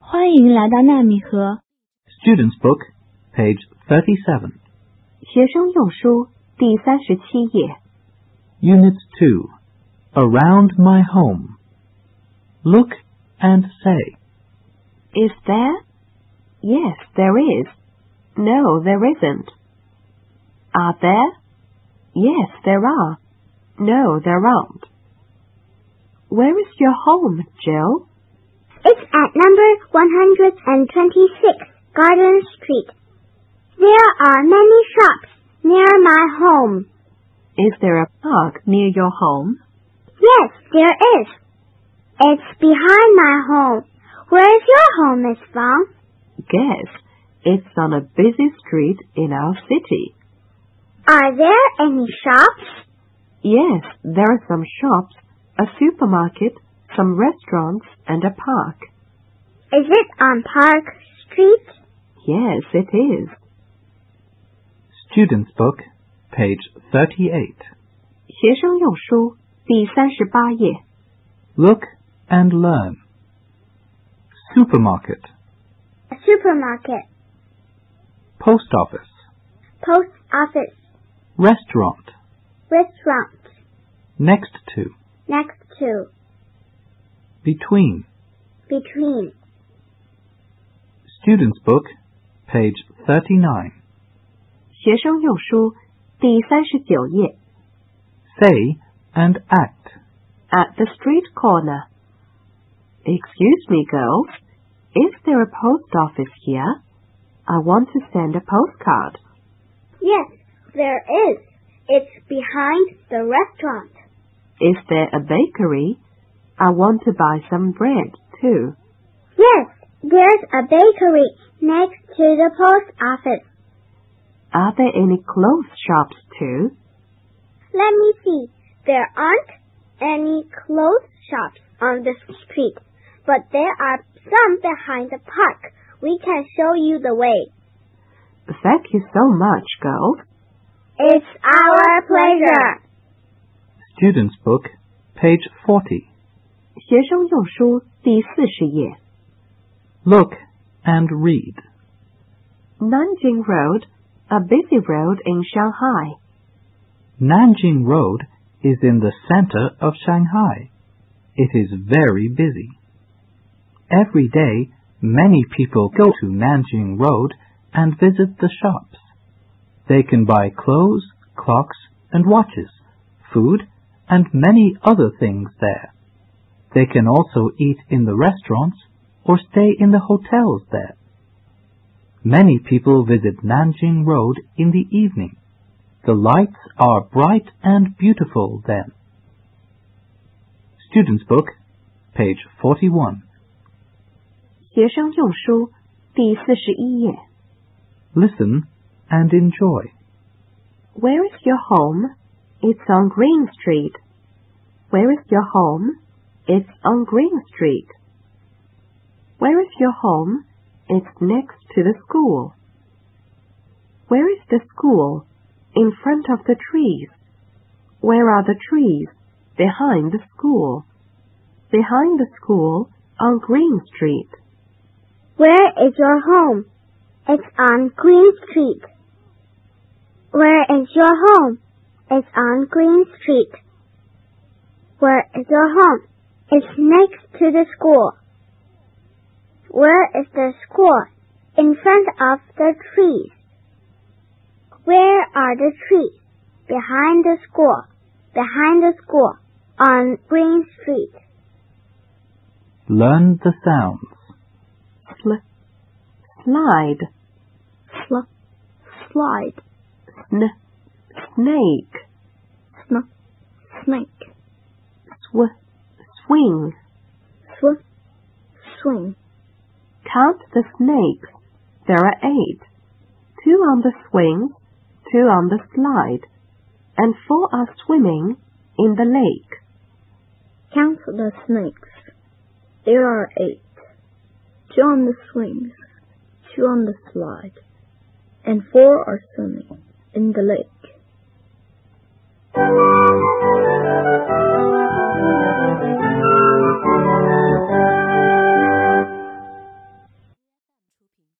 欢迎来到纳米盒 Students Book, page 37, 学生用书第三十七页。 Unit 2. Around My Home. Look and say. Is there? Yes, there is. No, there isn't. Are there? Yes, there are. No, there aren't. Where is your home, Jill? It's at number 126 Garden Street. There are many shops near my home. Is there a park near your home? Yes, there is. It's behind my home. Where's your home, Miss Fong? Guess. It's on a busy street in our city. Are there any shops? Yes, there are some shops, a supermarket, some restaurants, and a park. Is it on Park Street? Yes, it is. Students Book, page 38. 学生用书第三十八页。 Look and learn. Supermarket, A supermarket, post office, post office, restaurant, restaurant, next to, next to, between. between. Students Book, page 39. 学生用书第三十九页。 Say and act. At the street corner. Excuse me, girls. Is there a post office here? I want to send a postcard. Yes, there is. It's behind the restaurant. Is there a bakery? I want to buy some bread, too. Yes, there's a bakery next to the post office. Are there any clothes shops, too? Let me see. There aren't any clothes shops on this street, but there are some behind the park. We can show you the way. Thank you so much, girls. It's our pleasure. Students Book, page 40. 学生用书第四十页。 Look and read. Nanjing Road, a busy road in Shanghai. Nanjing Road is in the center of Shanghai. It is very busy. Every day, many people go to Nanjing Road and visit the shops. They can buy clothes, clocks, and watches, food, and many other things there. They can also eat in the restaurants or stay in the hotels there. Many people visit Nanjing Road in the evening. The lights are bright and beautiful then. Students Book, page 41. 学生用书第四十一页。 Listen and enjoy. Where is your home? It's on Green Street. Where is your home? It's on Green Street. Where is your home? It's next to the school. Where is the school? In front of the trees. Where are the trees? Behind the school. Behind the school on Green Street. Where is your home? It's on Green Street. Where is your home? It's on Green Street. Where is your home? It's next to the school. Where is the school? In front of the trees. Where are the trees? Behind the school. Behind the school. On Green Street. Learn the sounds. Sl- slide. Sl- Slide. sn- snake. Snake. Sw- swing. Sw- swing. Count the snakes. There are eight. Two on the swing, two on the slide, and four are swimming in the lake. Count the snakes. There are eight. Two on the swings, two on the slide, and four are swimming in the lake.